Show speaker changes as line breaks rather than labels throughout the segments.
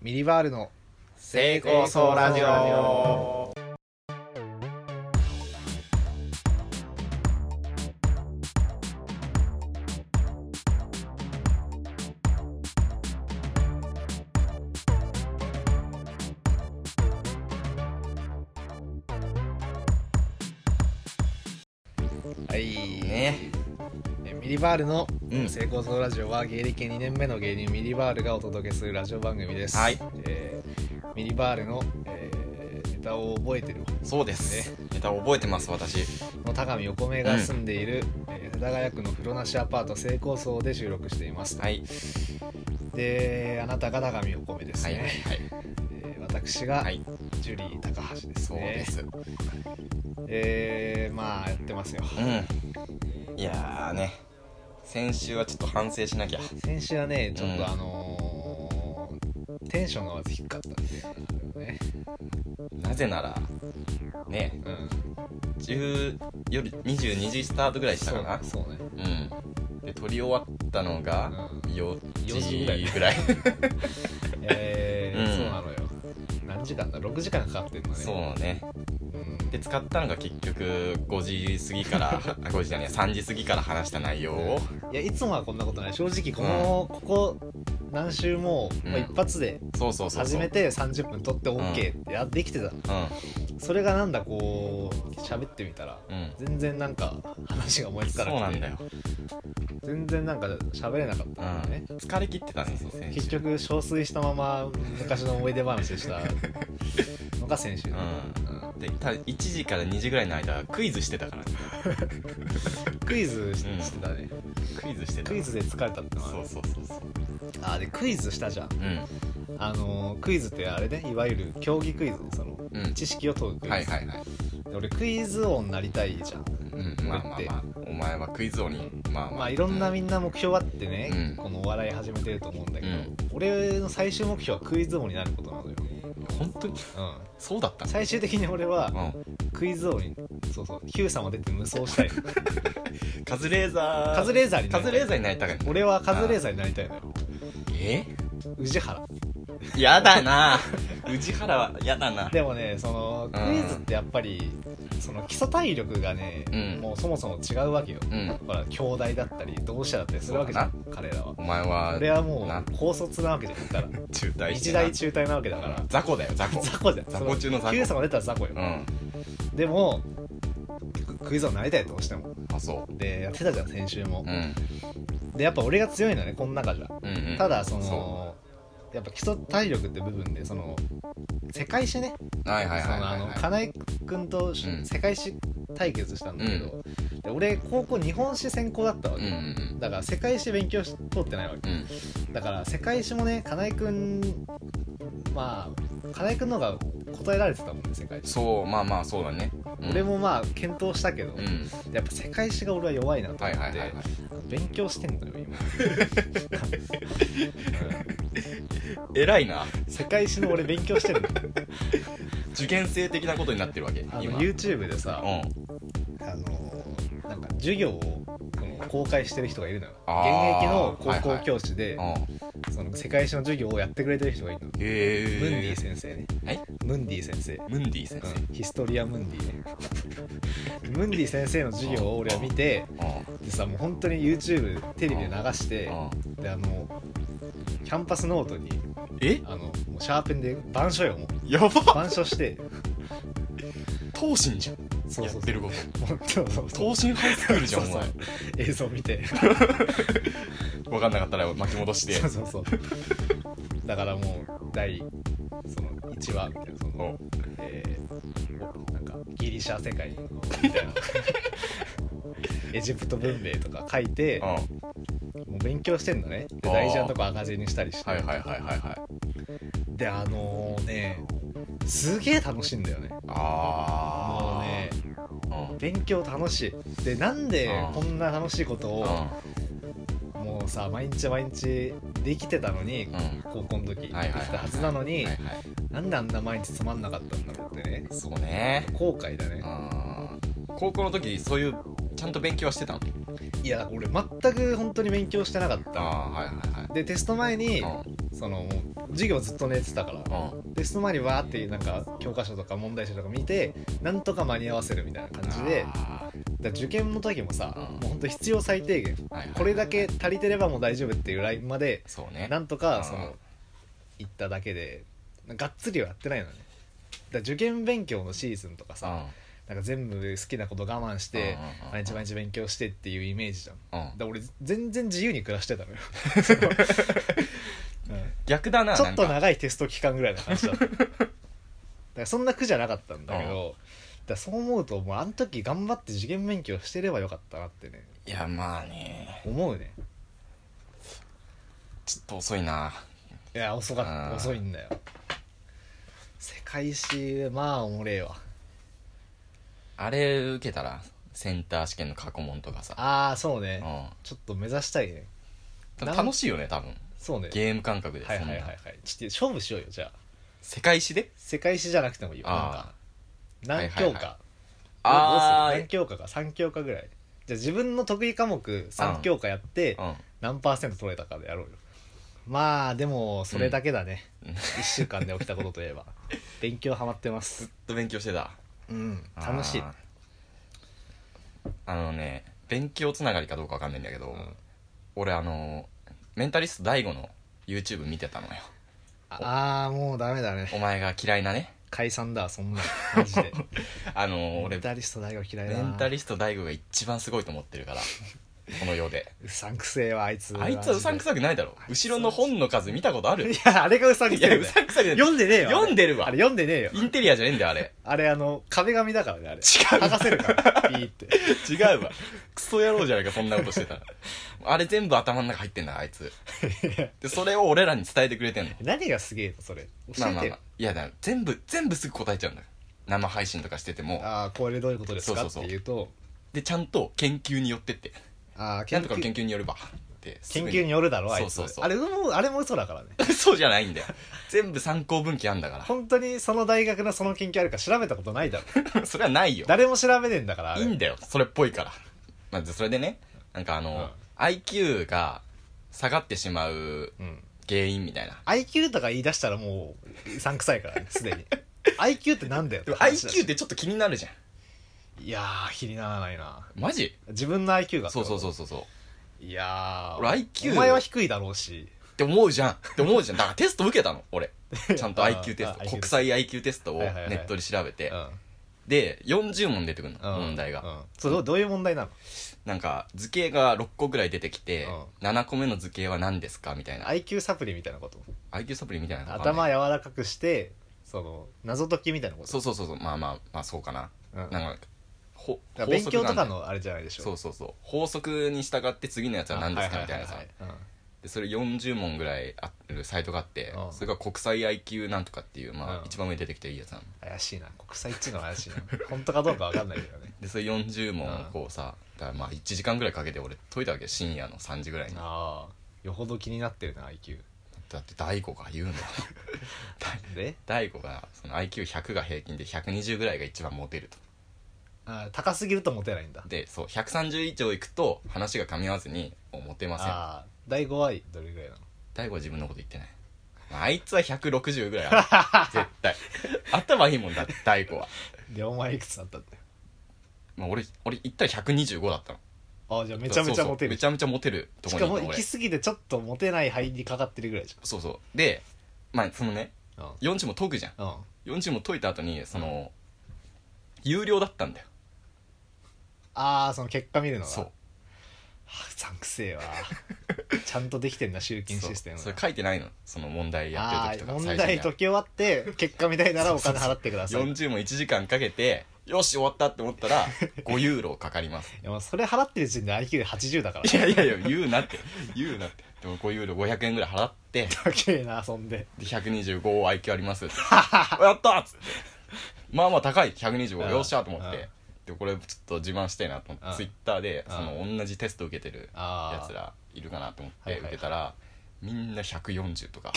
ミリバールの
成功そうラジオ。
はい
ね。
えミリバールの
うん
成功そうラジオは芸歴2年目の芸人ミリバールがお届けするラジオ番組です、
はい
えーミリバールの、えーネタを覚えてる
そうです。ネタ覚えてます、私。
の高見横目が住んでいる、えー世田谷区の風呂なしアパート成功荘で収録しています、
はい。
であなたが高見横目です
はい。
ね、
はい。
えー私が
はい。
ジュリー高橋です
そうで
ね、
す。
えーまあやってますよ、
うん。いやーね。先週はちょっと反省しなきゃ。
先週はねちょっ
うん
とあのーテンションがまず低かったんで、ね
なぜなら、ね、
うん、
10夜22時スタートぐらいした
そ
か
うね。
な
そうね
うん。で、撮り終わったのが
うん
4
四時ぐらい
時ぐらい。
えー
うん
そうなのよ何時間だ6時間かかってんのね
そうね。
うん、
で、使ったのが結局5時過ぎから、あ5時じゃねえ、3時過ぎから話した内容を。
いやいつもはこんなことない正直この、ここ何週も、
うん
まあ、一発で
そうそうそうそう。
始めて30分撮って OK ってやってきてたそれがなんだこう喋ってみたら
うん。うん。
全然なんか話が思いつ
そ
か
う
なくて
なんだよ。
全然なんか喋れなかっ
う
た
ん
んだよね、。
疲れ切ってたね、先週。
結局憔悴したまま昔の思い出話で したのが先週、
う
う
ん
ん
でた1時から2時ぐらいの間クイズしてたからね
クイズししてたね、
クイズしてた
クイズで疲れたってのはあ
そう
る
そうそうそう
あーでクイズしたじゃん
う
あのークイズってあれねいわゆる競技クイズその
んうん
知識を解くクイズ、
はいはいはい、
で俺クイズ王になりたいじゃん
うん、まあまあまあお前はクイズ王にまあまあ
まあいろんなみんな目標あってね、
うん
このお笑い始めてると思うんだけど、
うん
俺の最終目標はクイズ王になることなのよ、
本当に
うん、
そうだったの
最終的に俺は
う
クイズ王にそうそうヒュー様出て無双したい
ん、カズレーザー
カズレーザーになり
カズ
たい
レーザーになりたかった
俺はカズレーザーになりたいのよ
え
宇治原
やだな宇治原はやだな
でもねそのクイズってやっぱりその基礎体力がね、
うん
もうそもそも違うわけよ、
うん
ほら兄弟だったり同志社だったりするわけじゃん彼らは
お前は
俺はも
な
う高卒なわけじゃん言ったら
中退して
一
な
大中退なわけだから
雑魚だよ雑 魚
雑魚じゃん
雑魚中の雑魚
9様出たら雑魚よ
う、ん
でもククイズ王になりたいどうしても
あそ
でやってたじゃん先週も
う、うん、
でやっぱ俺が強いのねこの中じゃ
うんうん
ただその
そ
やっぱ基礎体力って部分でその世界史ね
うはいはい
そ
はい
の
は
あ
い
の
はい
金井君とし、
うん
世界史対決したんだけど、で俺高校日本史専攻だったわ
うん
け、
うん
だから世界史勉強し通ってないわ
うん
けだから世界史もね金井君まあ金井君の方が答えられてたもんね世界史、
そうまあまあそうだね、うん
俺もまあ検討したけど、
うん
やっぱ世界史が俺は弱いなと思
は
っ
い
て、
はいはいはい
勉強してんのよ 今、
偉いな
うん世界史の俺勉強してるの
受験生的なことになってるわけ
あ
今
の YouTube でさ、
うん
あのなんか授業をこの公開してる人がいるのよ現
あ
役
ー
の高校教師で、
うん
その世界史の授業をやってくれてる人がいるの、
へえ
ムンディ先生ね
はい
ムンディ先生、
ムンディ先
うんヒストリアムンディねムンディ先生の授業を俺は見て
生うん
でさもう本当に YouTube テレビで流して
うん
であのキャンパスノートに
え
あのもうシャーペンで板書よもう
やば
板書して
東進じゃん
そう
や
そ
っ
う
てること
そうそうそう
東進ハイスクールじゃん お
そう
前
そう映像見て
分かんなかったら巻き戻して
そうそうそうだからもう第その1話みたいなその
お
えー、なんかギリシャ世界のみ たいなエジプト文明とか書いて
うん
もう勉強してんのねで
あー
大事なとこ赤字にしたりして、
はいはいはいはいはい
であのねすげえ楽しいんだよね
あ
もう
あ
ね
うん
勉強楽しいでなんでこんな楽しいこと
うん
をもうさ毎日毎日できてたのに
うん
高校の時できてた
はいはいはい
はずなの
はい
に
はい
なんであんな毎日つまんなかったんだろうってね
そうね
後悔だ
う
ね
ん高校の時そういうちゃんと勉強はしてたの
いや俺全く本当に勉強してなかった
あーはいはいはい
でテスト前に
うん
そのもう授業ずっと寝てたから
うん
でその前にわーってなんか教科書とか問題集とか見てなんとか間に合わせるみたいな感じで
あ
だから受験の時もさ
う
も
ん
うほんと必要最低限
ーはいはい
これだけ足りてればもう大丈夫っていうラインまで
そうね
なんとかそ
うん
の行っただけでがっつりはやってないのねだから受験勉強のシーズンとかさなんか全部好きなこと我慢して
うんうんうん
毎日毎日勉強してっていうイメージじゃん
うん
だ
うん
から俺全然自由に暮らしてたのよそのうん
逆だな
ちょっと
なんか
長いテスト期間ぐらいの話だ っただからそんな苦じゃなかったんだけど、だからそう思うともうあの時頑張って受験勉強してればよかったなってね
いやまあね
思うね
ちょっと遅いない
や遅かっ
あー
た遅いんだよ世界史まあおもれえわ
あれ受けたらセンター試験の過去問とかさ、
ああそうね、
うん、
ちょっと目指したいねなん
楽しいよね多分
そうね
ゲーム感覚で
はいはいはい
そ
は
んない
ちょっと勝負しようよじゃあ
世界史で
世界史じゃなくてもいいよなんか
あ
何
は
教
いはいは
科
あ
どうする
ー
何教科か3教科ぐらいじゃあ自分の得意科目3教科やって、
うん
何パーセント取れたかでやろうよまあでもそれだけだね、
うん
1週間で起きたこととい えば勉強ハマってま
ずっ
す
と勉強してた
うん楽しい
あーあのね勉強つながりかどうかわかんないんだけど、
ん
俺あのメンタリスト DAIGO の YouTube 見てたのよ
ああーもうダメだね
お前が嫌いなね
解散だそんなマジで
あの
メ
俺
ンタリスト大学嫌いだ
メンタリスト DAIGO が一番すごいと思ってる からこの世で
うさんくせえわあいつ
あいつはうさんくさくないだろ
あいつ
後ろの本の数見たことある
いやあれがうさんく
い
せえ
や
よ
うさんくさくない
読んでねえよあれ
読んでるわ
あれ読んでねえよ
インテリアじゃねえんだよあれ
あれあの壁紙だからねあれ
違う
剥がせるからピーって
違うわクソ野郎じゃないかそんなことしてたらあれ全部頭の中入ってんだあい つでそれを俺らに伝えてくれてんの
何がすげえのそれ教
まあ
え
ま
て
あま
よ
あいやだから全部全部すぐ答えちゃうんだから生配信とかしてても
ああこれどういうことですか
そう
って
そうそう
いうと
でちゃんと研究によってって
ああ
なんとかの研究によればってす
研
ぐ
究によるだろあいつ
そうそうそう
あれもあれも嘘だからね
そうじゃないんだよ全部参考文献あんだか
本当にその大学のその研究あるか調べたことないだろ
らそれはないよ
誰も調べねえんだからあ
いい
れ
んだよそれっぽいからまずそれでねなんかあの、IQ が下がってしまう
うん、
原因みたいな
IQ とか言い出したらもううさんくさいからねすで に IQ ってなんだよ
でも IQ っててちょっと気になるじゃん
話だしいやー気にならないな
マジ
自分の IQ が
そうそうそううそうそう
いやー
俺 IQ
お前は低いだろうし
って思うじゃんって思うじゃんだからテスト受けたの俺ちゃんと
あ
IQ テ
あ
ス
IQ
ト国際 IQ テストを
は
ネ
いはいはい
ットで調べて、
うん
で40問出てくる
う
の、
ん
問題が、
うんそうどうどういう問題なの
なんか図形が6個ぐらい出てきて、
う
7個目の図形は何ですかみたいな、
IQ サプリみたいなこと
IQ サプリみたいなのとかね
頭柔らかくしてその謎解きみたいなこと
そうそうそうそうまあまあまあそうかな、
うん
なんかほ
だから勉強と
法則な
か
んだよ
のあれじゃないでしょ
そうそうそう法則に従って次のやつは何ですかみたいなさ
ははははい
でそれ40問ぐらいあるサイトがあって、
うん
それが国際 IQ なんとかっていう、まあ
うん
一番上に出てきていいやつなの
うん怪しいな国際一のは怪しいな本当かどうかわかんないけど ね
でそれ40問
うん
こうさ、だからまあ1時間ぐらいかけて俺解いたわけよ深夜の3時ぐらいに
ああよほど気になってるな IQ
だって大悟が言うんだよ
で
大悟がその IQ100 が平均で120ぐらいが一番モテると
あー高すぎるとモテないんだ
でそう130以上いくと話が噛み合わずにもうモテません
ああ第5話どれぐらいなの
大悟は自分のこと言ってない、まあ、あいつは160ぐらい ある絶対頭いいもんだって大悟は、
でお前いくつだったんだよ
まあ、俺俺行ったら125だったの
ああじゃあめちゃめちゃモテる
そうそうめちゃめちゃモテるとこ
し
に
か
いた
も行
俺
き過ぎてちょっとモテない範囲にかかってるぐらいじ
そうそうでまあそのね
ゃんうん
40も解くじゃん
うん
40も解いた後にその、有料だったんだよ
ああその結果見るのが
そう
はあうさんくせえわちゃんとできてんな集金
そう
システムが
それ書いてないのその問題や
あ
っ
あ
てる時とか
問題解き終わって結果見たいならお金払ってください
40も1時間かけてよし終わったって 思ったら5ユーロかかります
いやもうそれ払ってる時点で IQ80 だから
いやいやいや言うなって言うなってでも5ユーロ500円ぐらい払って
高えな遊んで
で 125IQ あ りますってやったっつってまあまあ高い125よっしゃと思っ
うん
てでこれちょっと自慢してえなと思
う
っ
ん
てツイッターで
うん
その同じテスト受けてる
あ
やつらいるかなと思っ
はいは
て
いはい
受けたらみんな140とか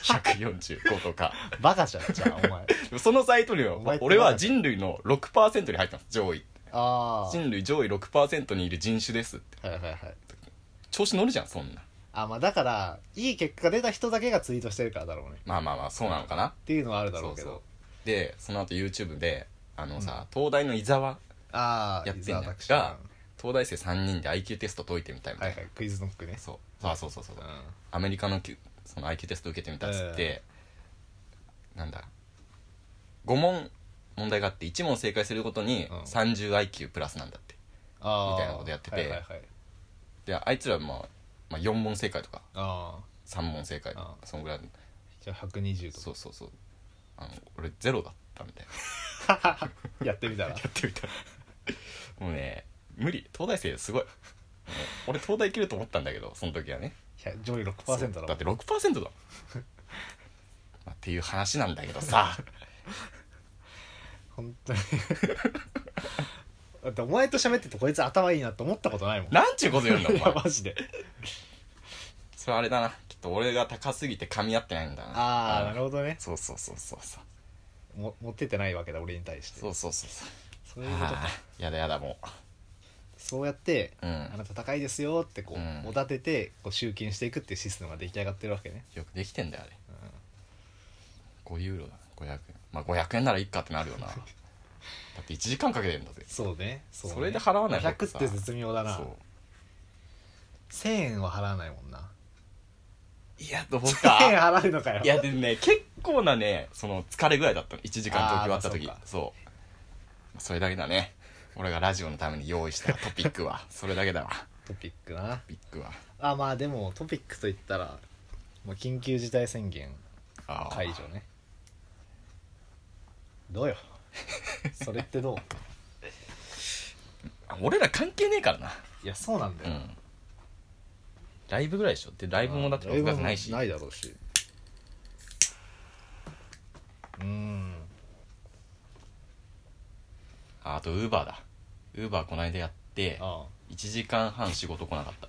145とか
バカじゃんじゃあお前
でもそのサイトには
お前って
俺は人類の6%に入ったんです上位
あ
人類上位6%にいる人種ですって
あはいはいはい
調子乗るじゃんそんな
あまあだからいい結果が出た人だけがツイートしてるからだろうね
まあまあまあそうなのかな、
っていうのはあるだろうけど
そうそうでその後 YouTube であのさ、東大の伊沢
ああ
やってんだ
伊沢拓司さん
が東大生3人で IQ テスト解いてみたいみた
はいい
な、
はいクイズノックね
そうあそうそうそう
う
そうんアメリカのきゅその IQ テスト受けてみたっつって、なんだ5問問題があって1問正解するごとに
うん
30IQ プラスなんだって
あー
みたいなことやってて
はいはいはい
であいつらまあ、まあ、4問正解とか
ああ
3問正解
うん
そんぐらい
じゃあ120とか
そうそうそうあの俺ゼロだったみたいな
やってみたら
やってみたらもうね無理東大生すごいもう俺東大行けると思ったんだけどその時はね
いや上位6%だ
そう
ろ
だって6%だもんまあっていう話なんだけどさ
本当に だってお前と喋っててこいつ頭いいなと思ったことないもん
なんちゅうこと言うんだお
いや
前
マジで
それあれだなきっと俺が高すぎて噛み合ってないんだな
ああなる
ほ
ほどね
そうそうそうそうそう
も持ってってないわけだ俺に対して
そうそうそうそう
そういうこと
あ
か
ーやだやだも
そうやって
う、うん
あ、なた高いですよってこ
うん
うおだててこう集金していくっていうシステムが出来上がってるわけね
よくできてんだよあれ5ユーロだ500円まあ500円ならいいかってなるよ なだって1時間かけてんだぜ
そうねそうね
それで払わない方が
100
さ
って絶妙だな
そ
1000円は払わないもんな
ういやどう
1000円
か
払うのかよ
いやでもね結構なねその疲れ具合だったの1時間東京終わった時
あーまあ
そうまあそれだけだね俺がラジオのために用意したトピッ クはそれだけだわト
トピックな
ピックは
あまあでもトピックといったらもう緊急事態宣言
あー
解除ねどうよそれってどう
あ俺ら関係ねえからない
やそうなんだ
う
よ、
んライブぐらいでしょでライブもだって6月ないし
ライブもないだろうしうん
ああとウーバーだウーバーこないだやって
ああ
1時間半仕事来なかった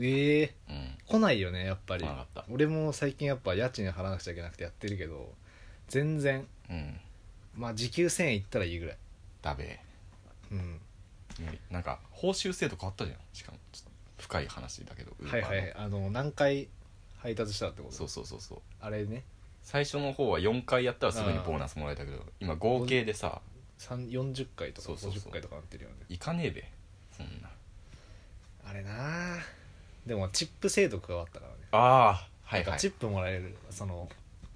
ええ
うん
来ないよねやっぱり
来なかった
俺も最近やっぱ家賃払わなくちゃいけなくてやってるけど全然
うん
まあ時給1000円いったらいいぐらい
だべ
うん
ねなんか報酬制度変わったじゃんしかもちょっと深い話だけど
はいは
Uber
い
の
あの何回配達したってこと
そうそうそうそう
あれね
最初の方は4回やったらすぐにボーナスもらえたけど今合計でさ
3 40回とか
そうそうそ
50
う
回とかなってるよね
いかねえべそんな
あれなあでもチップ制度加わったからね
ああは
ないんか
はい
チップもらえるその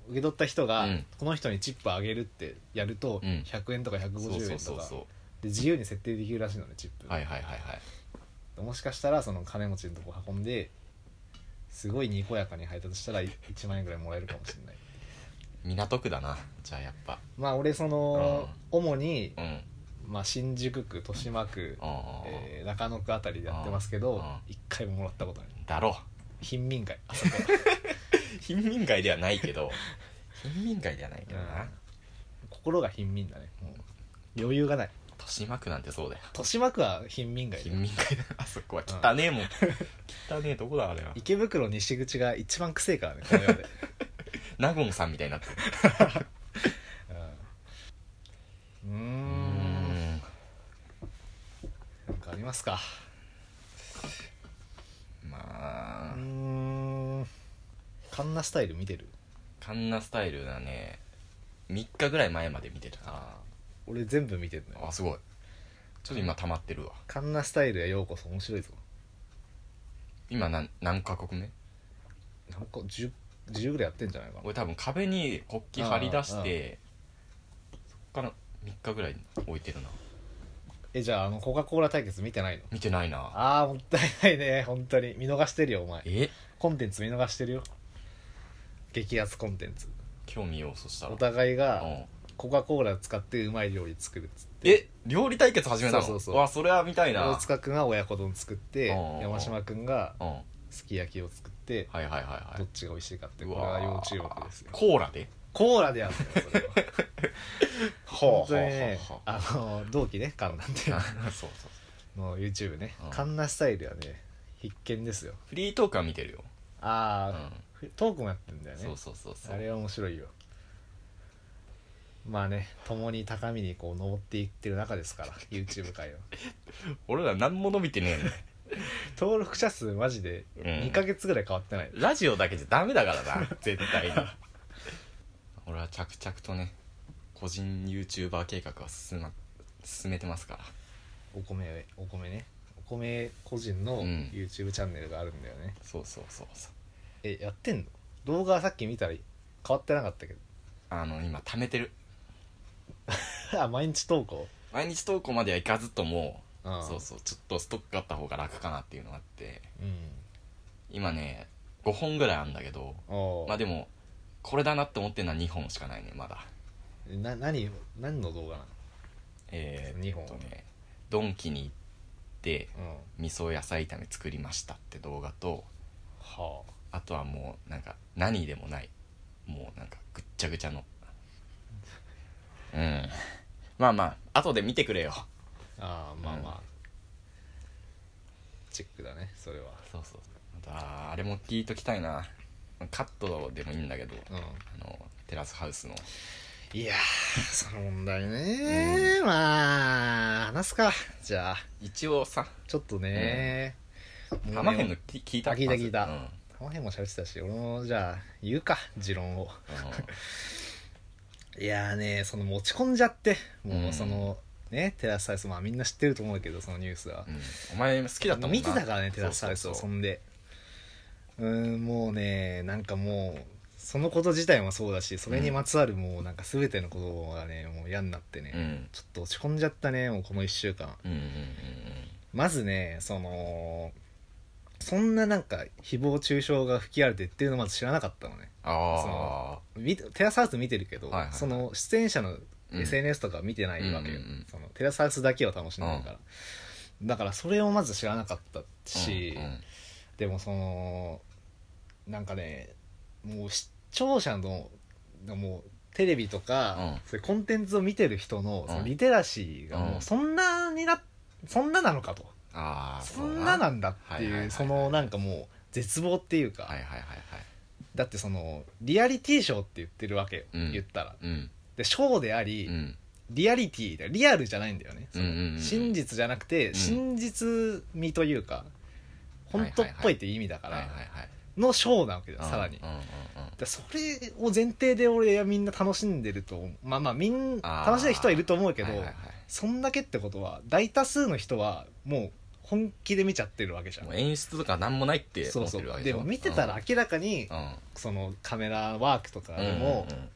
受け取った人が
うん
この人にチップあげるってやると
うん
100円とか
そう
150
そ
円
う
と
そう
か
そ
で自由に設定できるらしいのねチップ
うはいはいはいはい
もしかしたらその金持ちのとこ運んですごいにこやかに配達したらい1万円ぐらいもらえるかもしれない
港区だなじゃあやっぱ
まあ俺その主に
う、んうん
まあ、新宿区豊島区、
あー
えー中野区あたりでやってますけど
あ
一回ももらったことない
だろ
貧民街あそこ
貧民街ではないけ ど貧民街ではないけど
う
なん
心が貧民だねもう余裕がない
豊島区なんてそうだよ
豊島区は貧民街だよ
貧民街だあそこは汚ねえもん 汚ねえとこだあれは
池袋西口が一番くせえからねこの世で、
納言さんみたいになってる
うん、うー
うんん
なんかありますかう
まあ
ーんカンナスタイル見てる
カンナスタイルだね3日ぐらい前まで見てたな
俺全部見てるのよ
あすごいちょっと今溜まってるわ
カンナスタイルへようこそ面白いぞ
今何何カ国目
なんか 10, 10ぐらいやってんじゃないかな
俺多分壁に国旗張り出してそっから3日ぐらい置いてるな
えじゃああのコカ・コーラ対決見てないの
見てないな
あーもったいないね本当に見逃してるよお前
え
コンテンツ見逃してるよ激アツコンテンツ
今日見ようそしたら
お互いうが
ん
コカ・コーラ使ってうまい料理作るっつって
え料理対決始めたの
そうそうそう
わそれは見たいなうん
大
うん
塚君が親子丼作って
うん
山島君が
はい
すき焼きを作って
はいはいはい
どっちが美味しいかって
う
こ
わ
れは要注目ですよ
コーラで
コーラでやるよそれは
ほ
本当にね
ほうほう
あの同期ねカンナって
そうそう
の YouTube ね
うん
カンナスタイルはね必見ですよ
フリートークは見てるよ、う
あ
ん、
あトークもやってんだよね
そうそうそうそう
あれは面白いよまあね共に高 みにこう登っていってる中ですから YouTube 界は
俺ら何も伸びてねえの
登録者数マジで
うん
2ヶ月ぐらい変わってない、
ラジオだけじゃダメだからな絶対に俺は着々とね個人 YouTuber 計画は進,、ま、進めてますから
お米お米ねお米個人の
うん
YouTube チャンネルがあるんだよね、
そうそうそうそう
えやってんの動画はさっき見たら変わってなかったけ
あの今貯めてる
ど あ毎日投稿
毎日投稿まではいかずとも
ああ
そうそうちょっとストックあった方が楽かなっていうのがあって
うん
今ね5本ぐらいあるんだけど
おう
まあでもこれだなって思ってるのは2本しかないねまだ
な何何の動画なの
えー、
2本
えっとねドンキに行って
うん
味噌野菜炒め作りましたって動画と
はあ
あとはもうなんか何でもないもうなんかぐっちゃぐちゃのうんまあまあ後で見てくれよ
ああまあまあ、
う
チェックだねそれは
そうそうああれも聞いときたいなカットでもいいんだけど
うん
あのテラスハウスの
いやーその問題ねまあ話すかじゃあ
一応さ
ちょっとねもうね
浜辺のき聞いた
あ聞いた聞いた
うんうん
浜辺も喋ってたし俺もじゃあ言うか持論をいやーねその持ち込んじゃってもうその、ねテラスハウスまあみんな知ってると思うけどそのニュースは、
うんお前好きだったもんな
見てたからねテラスハウス
そ
を
うそ
そ
うん
でうーんもうねなんかもうそのこと自体もそうだしそれにまつわるもうなんか全てのことがねもう嫌になってね、
そううん
ちょっと落ち込んじゃったねもうこの1週間
うんうんうん
まずねそのそんななんか誹謗中傷が吹き荒れてっていうのをまず知らなかったのね
ああ
みテラスハウス見てるけど、
はいはい
その出演者の
うん
SNS とか見てないわけよ、
うんうんうん
そのテラスハウスだけを楽しんでるから、だからそれをまず知らなかったし、
うんうん
でもそのなんかねもう視聴者のもうテレビとか、
うん
そういうコンテンツを見てる人のその
うん
リテラシーがもうそんなにな、そんななのかと
ああ
そんな
は
なんだって
はいはいは
いう
いはい
そのなんかもう絶望っていうか、
いはいはいはい
だってそのリアリティショーって言ってるわけよ、
うん
言ったら
うん
でショーであり、
うん
リアリティだリアルじゃないんだよね、その
うんうんうん
真実じゃなくて、
ん
真実味というか本当っぽいって意味だか
はいはい
ら
はい
のショーなわけだよ、
うん
さらに、
うんうんうん
でそれを前提で俺はみんな楽しんでるとまあまあみん
あー
楽しんでる人はいると思うけど、
はいはいは
そんだけってことは大多数の人はもう本気で見ちゃってるわけじゃ
い
ん
もう演出とかなんもないって
そ
思
う
っ
そ
てるわ
う
けし
で
ょ
も見てたら明らかに
うんうん
そのカメラワークとかでも、
うんうんうん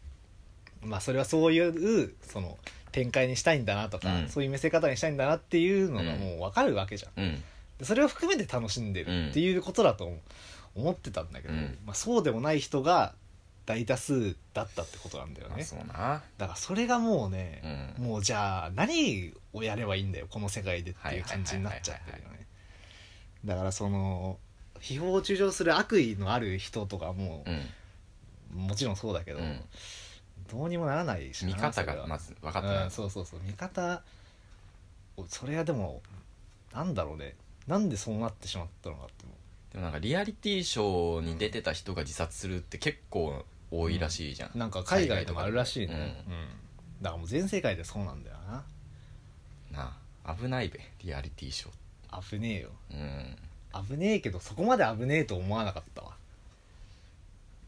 まあそれはそういうその展開にしたいんだなとか、
うん
そういう見せ方にしたいんだなっていうのがもう分かるわけじゃん
うん
でそれを含めて楽しんでるっていうことだと思う思ってたんだけど、
うん
まあ、そうでもない人が大多数だったってことなんだよ
まあ
ね
そうな
だからそれがもうね
う、ん
もうじゃあ何をやればいいんだよこの世界でっていう感じになっちゃってるよねだからその誹謗中傷する悪意のある人とかも
う、ん
もちろんそうだけど、
うん
どうにもならないしな
見方
それ
が
は
まず分かってな
うん
い
そうそうそう見方をそれはでもなんだろうねなんでそうなってしまったのかって思
でもなんかリアリティショーに出てた人が自殺するって結構多いらしいじゃん、
うなんか海外でもあるらしい
海外
ね
とか、
うんだからもう全世界でそうなんだよな
でもなあ危ないべリアリティショー
危ねえよ
うん
危ねえけどそこまで危ねえと思わなかったわ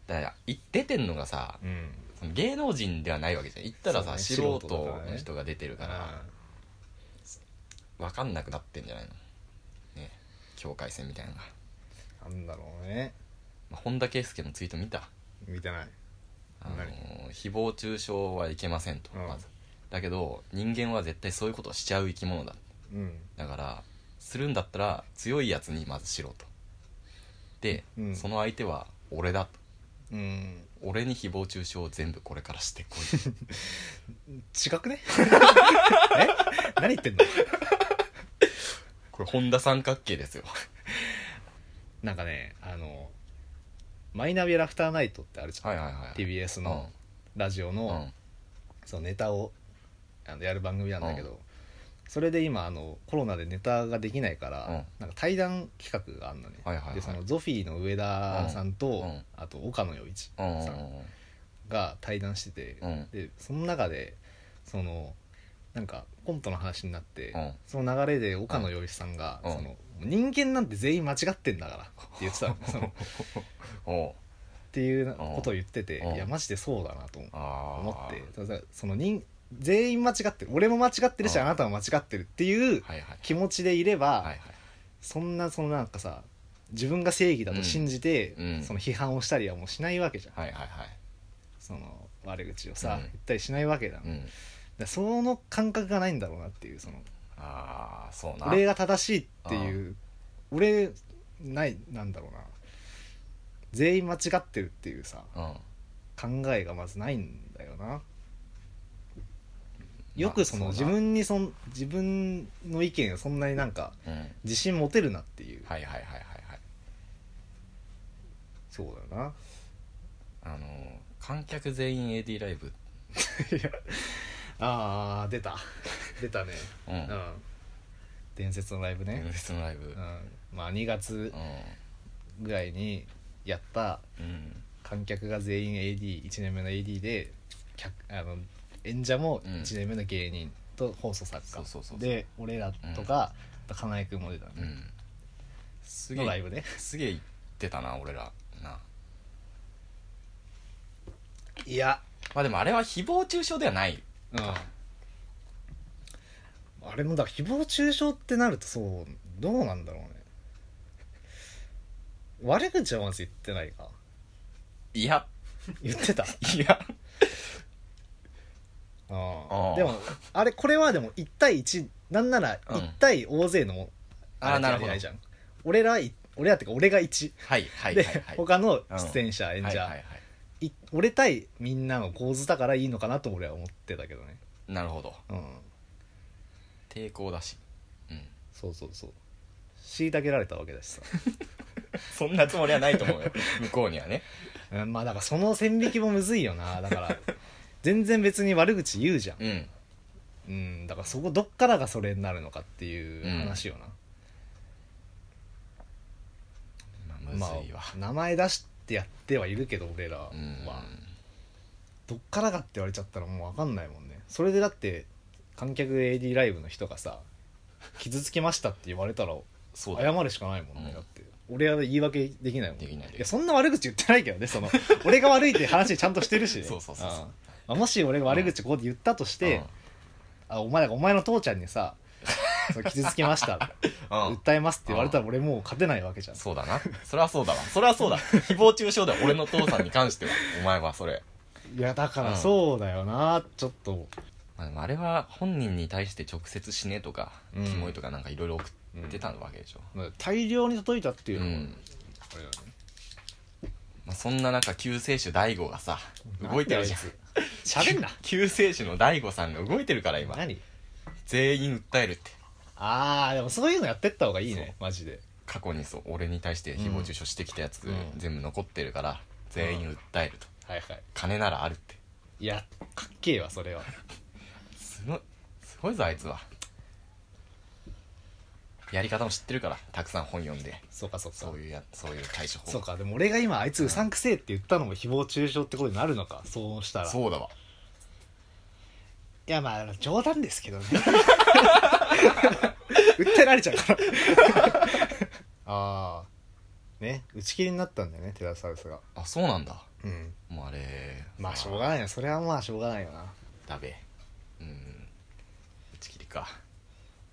だからい出てんのがさ
うん
その芸能人ではないわけじゃん言ったらさ、
そ
素
うね
人の人が出てる
だ
か
から
分かんなくなってんじゃないのね境界線みたいなのが、
らなんだろうね
まあ、本田圭佑のツイート見た
見てない
あの
何
ー誹謗中傷はいけませんと、
うん
まずだけど人間は絶対そういうことをしちゃう生き物だ
うん
だからするんだったら強いやつにまずしろとで、
うん
その相手は俺だと
うん
俺に誹謗中傷を全部これからしてこい
違く ねえ何言ってんの
これ本田三角形ですよ
なんかねあの「マイナビラフターナイト」ってあるじゃん、
はいはいはい
TBS のラジオ
う
の、
んうん
そのネタをあのやる番組なんだけど、それで今あのコロナでネタができないから、
うん
なんか対談企画があるのね、
はいはいはい
でそのゾフィーの上田さんと、
うんうん
あと岡野陽一
うんうん
さんが対談してて、
うんうん
でその中でそのなんかコントの話になって、
うん
その流れで岡野陽一さんが、
うん
その人間なんて全員間違ってんだから」って言ってたの ねそのっ
おう
ていうことを言ってて
うん
いやマジでそうだなと思う
あー
思ってただその人全員間違ってる俺も間違ってるし
う
あ
ん
なたも間違ってるっていう
はいはい
気持ちでいれば、
はいはい
そんなそのなんかさ自分が正義だと信じて、
うんうん
その批判をしたりはもうしないわけじゃん、
はいはいはい
その悪口をさ、
うん
言ったりしないわけだ,、
う
だか
ん
らその感覚がないんだろうなっていうその
ああそうな
俺が正しいっていう俺ないなんだろうな全員間違ってるっていうさ
うん
考えがまずないんだよなよくその
まあ
自
そうだ
分にそん自分の意見をそんなになんか
うん
自信持てるなっていう
はいはいはいはいはい
そうだよな
あのー観客全員 AD ライブ
いやあー出た 出たね
うん
うん伝説のライブね
伝、説のライブ
うんまあ2月ぐらいにやった
うんうん
観客が全員 AD1 年目の AD で客あの演者も1年目の芸人と放送作家、
そうそうそうそう
で俺らとか、かなえくんも出たね、
うんすげ
のライブ
え
ね
すげえ言ってたな俺らない
や
まあでもあれは誹謗中傷ではない
うんあれもだから誹謗中傷ってなるとそうどうなんだろうね悪口はまず言ってないか
いや
言ってた
いや
うん
あ
でもあれこれはでも1対1なんなら
うん
1対大勢のも、
あー
れじゃ
なるほど
ないじゃん俺らはい俺らってか俺が1、
はいはい
で、
はいはい
他の出演者、演者、
はいはいはい
い俺対みんなの構図だからいいのかなと俺は思ってたけどね
なるほど
うん
抵抗だし うん
そうそうそう虐げられたわけだしさ
そんなつもりはないと思うよ向こうにはね
うん、まあだからその線引きもむずいよなだから全然別に悪口言うじゃん、
うん
うん、だからそこどっからがそれになるのかっていう話よな、
まあむ
ま
ずいわ
あ名前出してやってはいるけど俺らは、
うん
どっからかって言われちゃったらもう分かんないもんねそれでだって観客 AD ライブの人がさ傷つけましたって言われたら
そうだ
謝
よ
るしかないもんね、
うん
だって俺は言い訳できないもん
できない
やそんな悪口言ってないけどねその俺が悪いって話ちゃんとしてるし
そうそうそうそうん
まあもし俺が悪口ここで言ったとして、あお前らがお前の父ちゃんに さそう傷つけました
うんうん
訴えますって言われたら俺もう勝てないわけじゃん
そうだなそれはそうだわそれはそうだ誹謗中傷だよ俺の父さんに関してはお前はそれ、
いやだか
う
ら
ん
そうだよなちょっと
まあ、でもあれは本人に対して直接死ねとか、
うん
キモいとかなんかいろいろ送ってたわけでしょ、
大量に届いたっていう
う
のも、
ん
あれだね
まあ、そんな中救世主大悟がさ 動いてるじゃん
なんだよあいつ喋んな
救世主の大悟さんが動いてるから今
何
全員訴えるって
ああでもそういうのやってった方がいいねマジで
過去にそう俺に対して誹謗中傷してきたやつ、
うん
全部残ってるから全員訴えると、
はいはい
金ならあるって
いやかっけえわそれは
すごいすごいぞあいつはやり方も知ってるからたくさん本読んで
そうかそうか
そういうやそういう対処法
そうかでも俺が今あいつうさんくせえって言ったのも誹謗中傷ってことになるのかそうしたら
そうだわ
いやまあ冗談ですけどね訴えられちゃうからああね打ち切りになったんだよねテラサウスが
あそうなんだ
うん
もうあれ
まあしょう
い
がないよそれはまあしょうがないよな
だべうん打ち切りか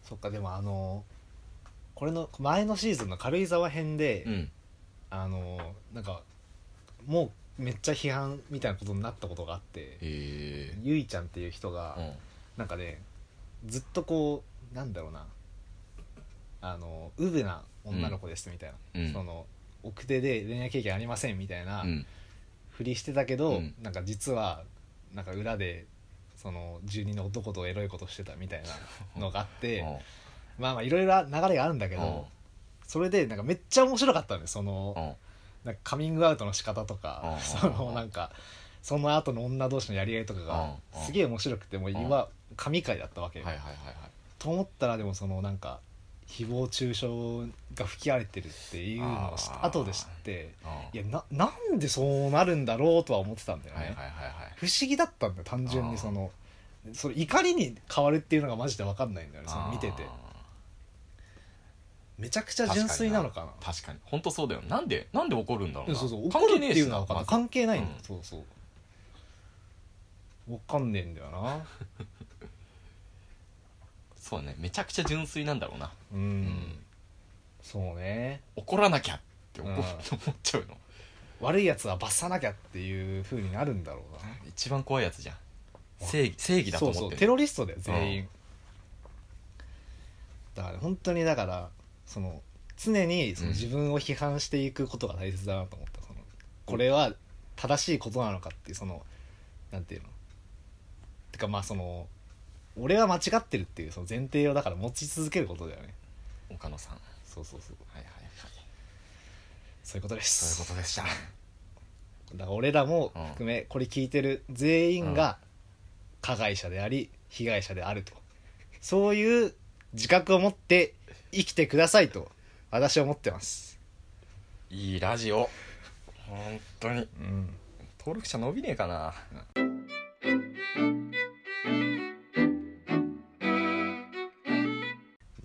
そっかでもあのこれの前のシーズンの軽井沢編で、
うん
あのなんかもうめっちゃ批判みたいなことになったことがあって
へえ
ゆいちゃんっていう人が、
うん
なんかねずっとこうなんだろうなあのウブな女の子ですみたいな、
うん
その奥手で恋愛経験ありませんみたいな
うん
ふりしてたけど、
うん
なんか実はなんか裏でその住人の男とエロいことしてたみたい なのがあってまあまあいろいろな流れがあるんだけ
うん
どそれでなんかめっちゃ面白かったのよその
うん
なんかカミングアウトの仕方とか
うん
そのなんかその後の女同士のやり合いとかが
うん
すげえ面白くてもう今神回だったわけよ
はいはいはいはい
と思ったらでもそのなんか誹謗中傷が吹き荒れてるっていうのを知
あー
後で知って
うん
いやななんでそうなるんだろうとは思ってたんだよね、
はいはいはいはい
不思議だったんだよ単純にそのそれ怒りに変わるっていうのがマジで分かんないんだよねその見てて
あ
めちゃくちゃ純粋なのかな
確かに本当そうだよなんでなんで怒るんだろう
うん
な
そうそう
関
怒るっ
係
て
ねえ
い
し
うのは分かんない
まず
関係ないの、
うん
そうそう分かんねえんだよな
そうだねめちゃくちゃ純粋なんだろうな
うん、
うん
そうね
怒らなきゃって思,、
うん
思っちゃうの
悪いやつは罰さなきゃっていうふうになるんだろうな
一番怖いやつじゃん正義正義だと
そ
思
うそ
ってる
うテロリストだよ全員、
う
だから本当にだからその常にその
うん
自分を批判していくことが大切だなと思った、そのこれは正しいことなのかっていうそのなんていうのてかまあその俺は間違ってるっていうその前提をだから持ち続けることだよね
岡野さんは
そうそうそう
いはいはい
そういうことで
そういう
す
ことでした
だから俺らも含めこれ聞いてる全員が加害者であり被害者であるとそういう自覚を持って生きてくださいと私は思ってます
いいラジオ本当
う
に
ん
登録者伸びねえかな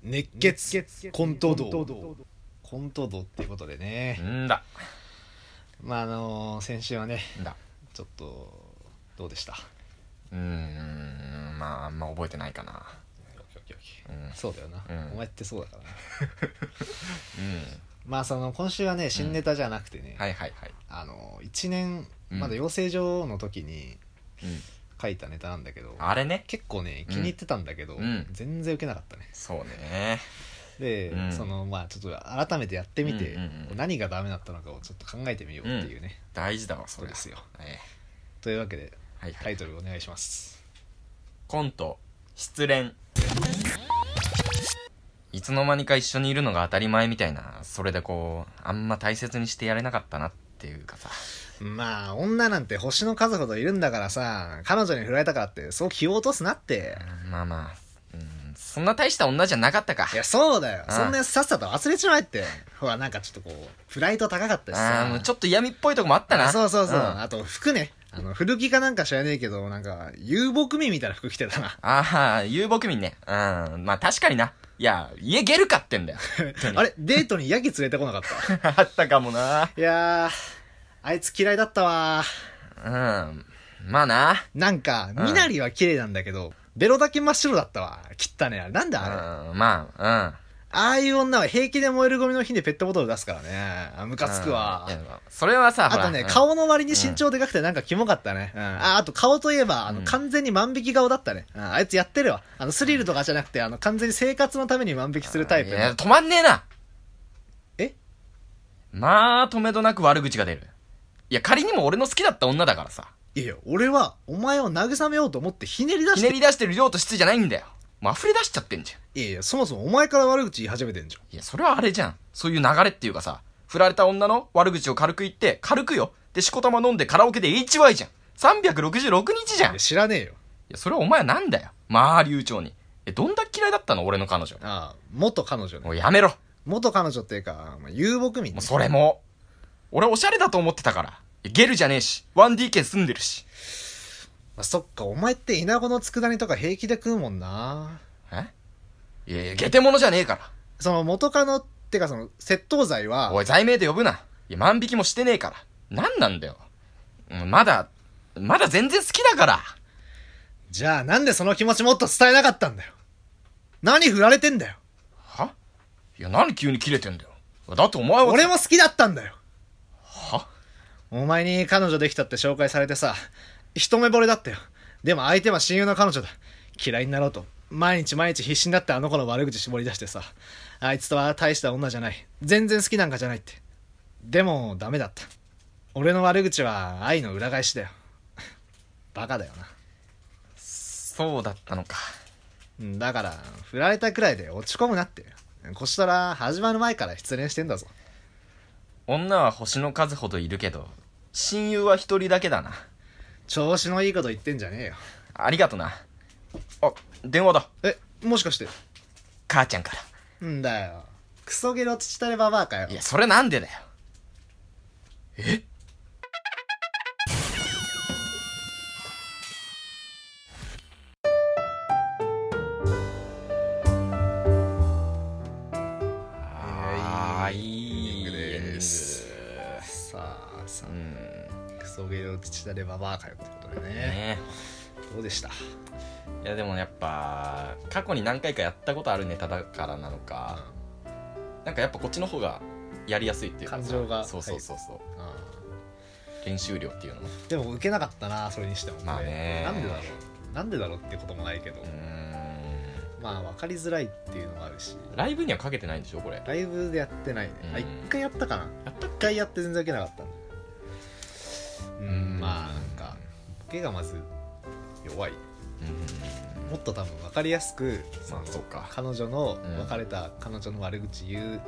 熱血混沌道混沌道っていうことでね
んだ
まああのー先週はね
んだ
ちょっとどうでした
うーんまああんま覚えてないかなうん
そうだよな、
うん
お前ってそうだからな
うん
まあその今週はね新ネタじゃなくてね、
はいはいはい
あの1年
うん
まだ養成所の時に
うん
書いたネタなんだけど、
あれね
結構ね
うん
気に入ってたんだけど、
うん
全然受けなかったね
そうね
で、
うん
そのまあちょっと改めてやってみて、
うんうんうん
何がダメだったのかをちょっと考えてみようっていうね、
大事だわそ
こと
れ
ですよ
え
というわけで
えはいは
タ
い
イトルお願いします、
コント失恋いつの間にか一緒にいるのが当たり前みたいなそれでこうあんま大切にしてやれなかったなっていうかさ
まあ女なんて星の数ほどいるんだからさ彼女に振られたからってそう気を落とすなって
まあまあ、うん、そんな大した女じゃなかったか
いやそうだよ
うん
そんなやつさっさと忘れちまえってほらなんかちょっとこうプライド高かったし
あーも
さ
うちょっと嫌味っぽいとこもあったな
あそうそうそう、
んあ
あと服ねあの古着かなんか知らねえけどなんか遊牧民みたいな服着てたな
あ遊牧民ねうんまあ確かにないや家ゲルかって んだよ
あれデートにヤギ連れてこなか った。
あったかもない
やー、あいつ嫌いだったわ
うんまあな
なんか、
うん
みなりは綺麗なんだけど、ベロだけ真っ白だったわ。切ったね。あれなんだあれ。あ
うんまあ
あいう女は平気で燃えるゴミの火でペットボトル出すからね。あム
うん
カつくわ
うんい。やまあそれはさ
あとね、
ほらうん
顔の割に身長でかくてなんかキモかったね。うん。あ、あと顔といえば、あ
う
の、
ん
完全に万引き顔だったね。うん。あいつやってるわ。あの、スリルとかじゃなくて、あの、完全に生活のために万引きするタイプ
い
の。
や止まんねえな
え
まあ止めどなく悪口が出るいや仮にも俺の好きだった女だからさ
いやいや、俺は、お前を慰めようと思ってひねり出
ひ
して
ねり出してる量と質じゃないんだよもう溢れ出しちゃってんじゃん
いやいや、そもそもお前から悪口言い始めてんじゃん。
いやそれはあれじゃんそういう流れっていうかさ振られた女の悪口を軽く言って軽くよでしこたま飲んでカラオケで HY じゃん366日じゃん
い
い
や知らねえよ。
やそれはお前なんだよまあ流暢にえどんだけ嫌いだったの俺の彼女
ああ、元彼女ね。
もうやめろ
元彼女っていうか、まあ、遊牧民ね、
もうそれも俺おしゃれだと思ってたからゲルじゃねえし 1DK 住んでるし
まあ、そっか、お前って稲子の佃煮とか平気で食うもんな。
えいやいや、下手者じゃねえか
その元カノってかその窃盗罪
ら。
は、
おい、罪名で呼ぶな。いや、万引きもしてねえから。なんなんだよ。うんまだ、まだ全然好きだから。
じゃあなんでその気持ちもっと伝えなかったんだよ。何振られてんだよ。
はいや、何急に切れてんだよ。だってお前は、
俺も好きだったんだよ。
は
お前に彼女できたって紹介されてさ、一目惚れだったよ。でも相手は親友の彼女だ。嫌いになろうと。毎日毎日必死になってあの子の悪口絞り出してさ、あいつとは大した女じゃない。全然好きなんかじゃないって。でもダメだった。俺の悪口は愛の裏返しだよ。バカだよな。
そうだったのか。
うんだから、振られたくらいで落ち込むなって。こしたら始まる前から失恋してんだぞ。
女は星の数ほどいるけど、親友は一人だけだな。
調子のいいこと言ってんじゃねえよ。
ありがとな。あ、電話だ。
え、もしかして。
母ちゃんから。
んだよ。クソゲロ父たれババアかよ
い。や、それなんでだよ。え
送迎を父たればばあかよってことでね
ね
どうでした
いやでもやっぱ過去に何回かやったことあるネタだからなのか、なんかやっぱこっちの方がやりやすいっていうかさ
感情が
そうそうそうそう、
う
練習量っていうのも
んでも受けなかったなそれにしてもこれ
まあね
なんでだろうなんでだろうってこともないけど、
うー
まあ分かりづらいっていうのもあるし
んライブにはかけてないんでしょこれ
ライブでやってないね、
うん
あ一回やったかな
やった
一回やって全然受けなかったうんんまあなんか受けがまず弱いもっと多分分かりやすくそ
ま
の
あそうか
彼女の
うん
別れた彼女の悪口言う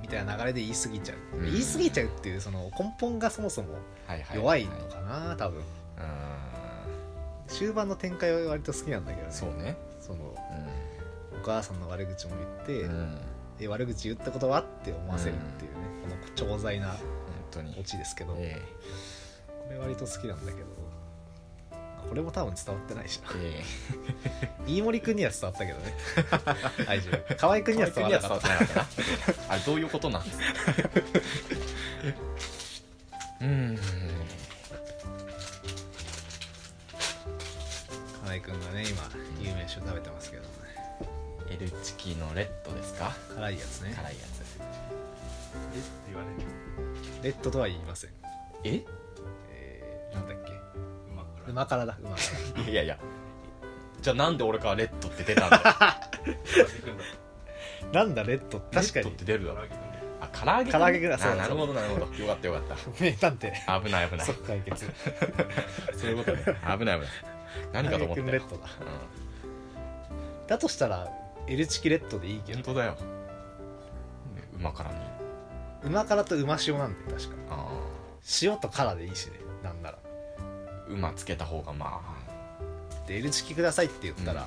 みたいな流れで言い過ぎちゃう、
うん
言い過ぎちゃうっていうその根本がそもそも
はいはい
弱いのかな、多分
うー
終盤の展開は割と好きなんだけどね
んそうね
その
う
お母さんの悪口も言って、
ん、うん、本
え悪口言ったことはって思わせるっていうね、この調剤な
当に
オチですけど、
え
これ割と好きなんだけどこれも多分伝わってないしな
ええ
飯森くんには伝わったけど ね愛情河合く
え
んには伝わらなかった
てなかったなあれどういうこ となんですかうーん
河合くんがね今有名酒食べてますけどね
エルチキのレッドですか
辛いやつね
辛いやつ
えって言われる
レッドとは言いません
え
えー、なんだっけ
うまく
馬からだ馬か
いやいやいやじゃあなんで俺からレッドって出たん だよ
らなんだレッド確か
レッド
に
って出るだろ
い
あ唐揚げ
唐揚げくんだ
あ
そうだ
なるほどなるほどよかったよかっ
名探 偵
た危ない危ない
即解決
そういうことね危ない危ない何かと
河合
思った
くんレ
よ
ッドだだとしたらエルチキレッドでいい
うん
け
本
ど
当だよ馬からに
馬からと馬塩なんで確か
あ
塩とからでいいしねなんなら
あ馬つけた方がまあ
でエルチキくださいって言ったら、
うん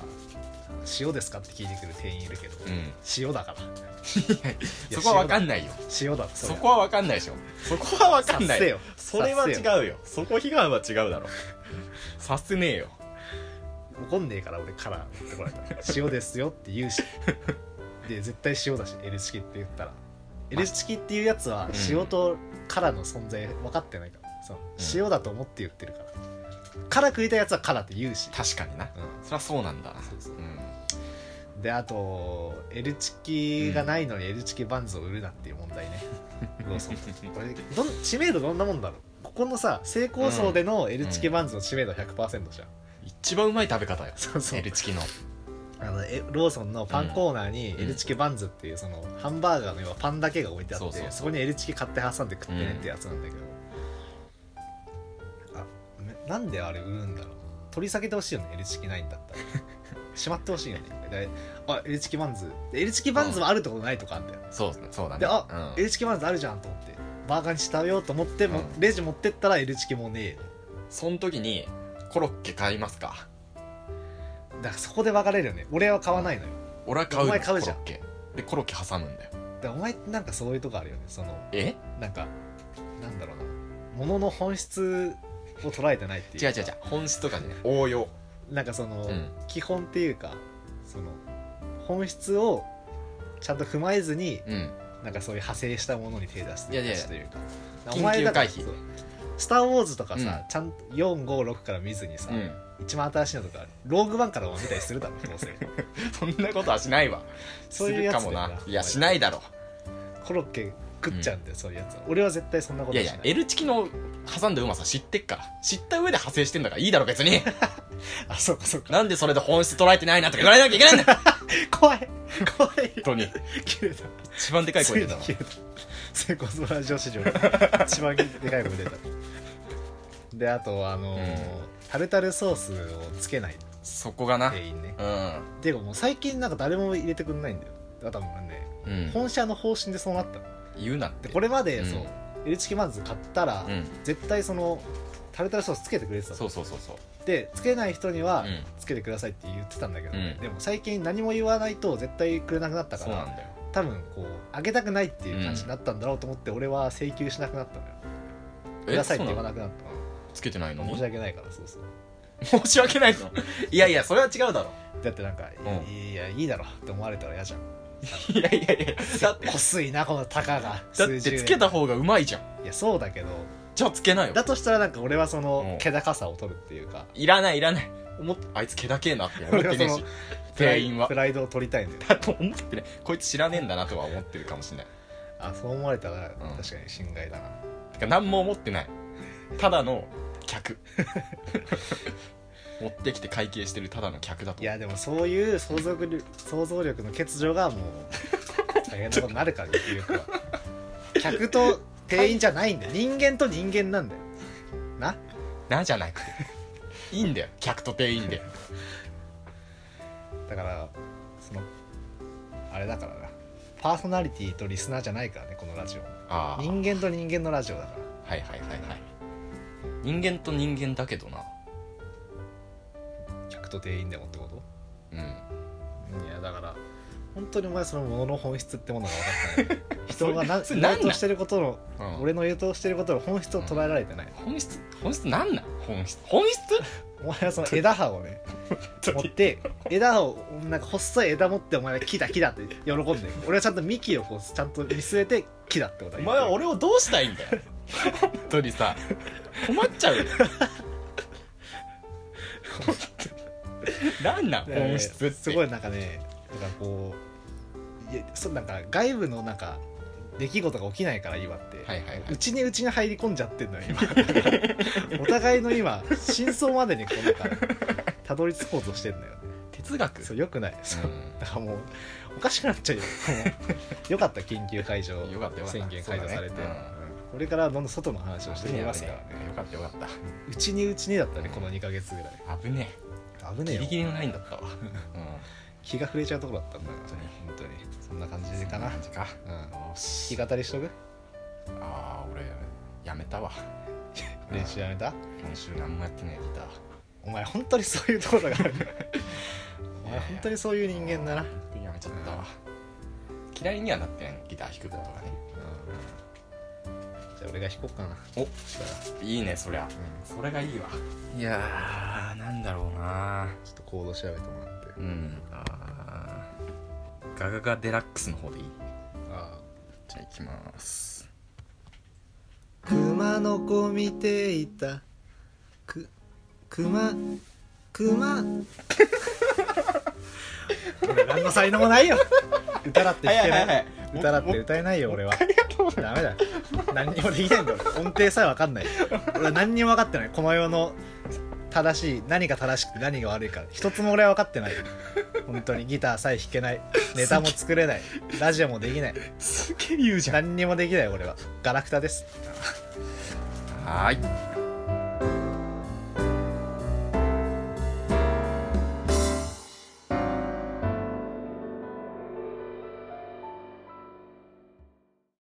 塩ですかって聞いてくる店員いるけど、
うん
塩 だから
そこは分かんないよ
塩だ
そこは分かんないでしょそこは分かんな
察せ
い
よ
それは
察せよ
違うよそこ批判は違うだろさすねえよ
怒んねえから俺から持ってこられた塩ですよって言うしで絶対塩だしエルチキって言ったらエルチキっていうやつは
ん
塩とからの存在分かってないから、そう塩だと思って言ってるからから食いたいやつはからって言うし、
確かにな
う
そりゃそうなんだな
そうそう
うん
ん、であとエルチキがないのにエルチキバンズを売るなっていう問題ね、ローソンこれどん知名度どんなもんだろうここのさ成功層での L チキバンズの知名度100%じゃん、
一番うまい食べ方よ
そうそう
エルチキの
あのえローソンのパンコーナーに
うん
L チキバンズっていうそのハンバーガーの要はパンだけが置いてあって
そ
そう
そうそう
こに L チキ買って挟んで食ってねってやつなんだけど、あめなんであれ売るんだろう取り下げてほしいよね L チキないんだ ったらしまってほしいよねであ L チキバンズ L チキバンズはあるとことないとかあんだよ
そうそうだね
であ、
うん
L チキバンズあるじゃんと思ってバーガーにして食べようと思って、も
うん
レジ持ってったら L チキもねえよ
その時にコロッケ買いますか
だからそこで分かれるよね俺は買わないのよ、
俺は買う
お
の
前買うじゃん
コロッケでコロッケ挟むんだよ
だからお前ってなんかそういうとこあるよねその
え
なんかなんだろうなものの本質を捉えてないっていう
違う違う違う本質とかじゃない応用
なんかその、
うん
基本っていうかその本質をちゃんと踏まえずに
うん
なんかそういう派生したものに手出すという
いやいや
かというか
緊急
お前だから
回避
そうスター・ウォーズ」とかさ、
うん
ちゃんと456から見ずにさ、一番新しいのとかローグワンからも見たりするだろ どうせ
そんなことはしないわ
そういうやつ
するかも
だよ
ないやしないだろ
コロッケ食っちゃうんだよ、そういうやつは俺は絶対そんなこと
い
しな
や
い
いや L チキの挟んだうまさ知ってっから知った上で派生してんだからいいだろ別に
あそうかそうか
なんでそれで本質捉えてないなとか言われなきゃいけないんだよ
怖い怖い
本当に
切れた
一番でかい声出た の
切れた成功のラジオ史上一番でかい声出たであとあのー
うん
タルタルソースをつけない
そこがな
店員ね
う
ていうかもう最近なんか誰も入れてくんないんだよだからもうね
ん、うん、
本社の方針でそうなったの
言うなっ
で
て
これまで、
うん
そう L チキマンズ買ったら、
うん
絶対そのタルタルソースつけてくれてた
そ
の
うそうそうそう
でつけない人には、
うん
つけてくださいって言ってたんだけど、
うん
でも最近何も言わないと絶対くれなくなったか
そう
ら
なんだよ
多分こうあげたくないっていう感じになったんだろうと思って、俺は請求しなくなったのよくださいって言わなくなっ
つけてない
た
の
申
に
し訳ないからそうそう
申し訳ないのいやいやそれは違うだろ
だってなんか、
うん
いやいいだろって思われたら嫌じゃん
いやいやいやだって
こすいなこのタカが
だってつけた方がうまいじゃん
いやそうだけど
じゃあつけなよ
だとしたらなんか俺はその
うん
気高さを取るっていうか
いらないいらない
思っ
あいつ気だけえなって思ってねえし
プライ
店員は
プライドを取りたいんだよね
だと思ってねこいつ知らねえんだなとは思ってるかもしれない
あそう思われたら確かに心外だな、
てか何も思ってないただの 客持ってきて会計してるただの客だと
いやでもそういう想像力想像力の欠如 がもう大変なことになるから結局は客と店員じゃないんだよ人間と人間なんだよな
なじゃなくていいんだよ客と店員で
だからそのあれだからなパーソナリティとリスナーじゃないからねこのラジオ
ああ
人間と人間のラジオだか
はいはいはいはい人間と人間だけどな
ら客と店員でもってこと
うん
いやだから本当にお前その物の本質ってものが分か ってない人がな
それ何なん
言おうとしてることの、
うん
俺の言おうとしてることの本質を捉えられてない、
本質本質なんなん本質本 質
お前はその枝葉をね持って枝をなんか細い枝持ってお前は木だ木だって喜んでる俺はちゃんと幹をこうちゃんと見据えて木だってこと
お
だ
前は俺をどうしたいんだよ本当にさ困っちゃうよなんなん本質って
すごいなんかねなんかこういやそうなんか外部のなんか出来事が起きないから今って、
はいはいはいう
ちにうちに入り込んじゃってんのよ 今お互いの今真相までにこうなんかたどり着こうとしてんのよ
哲学
そうよくない、そう
うん
だからもうおかしくなっちゃう よもうよかった緊急解除
よかったよかった
宣言解除されて、
そうだね
これからどんどん外の話をしていき
危ねえ
ますからね
危ねえよかったよかっ
うちにうちにだったねこの2か月ぐらい
た危ね
危ねえ
えギ
よ
リギリのラインだったわ、うん、
気が触れちゃうとこだったんだからね本当にそんな感じかな
感じか
うん
よし
弾き語りしとく
ああ俺やめたわ
練習やめた、
今週何もやってねえギター
お前本当にそういうところがあるお前本当にそういう人間だな、
本当にやめちゃったわ、嫌いにはなってないギター弾くことがね
じゃあ俺が弾こうかな
おいいねそりゃ、それがいいわいやーなんだろうな
ちょっとコード調べてもらって
うんあーガガガデラックスの方でいい
ああ
じゃあいきます
熊の子見ていたく熊熊 俺何の才能もないよ歌だって弾けない
はい
歌だって歌えないよ俺は
ありがとうござい
ダメだ何にもできないんだ俺音程さえ分かんない俺は何にも分かってないこの世の正しい何が正しくて何が悪いか一つも俺は分かってない本当にギターさえ弾けないネタも作れないラジオもできない
ますすげえ言うじゃん
何にもできない俺はガラクタです
はーい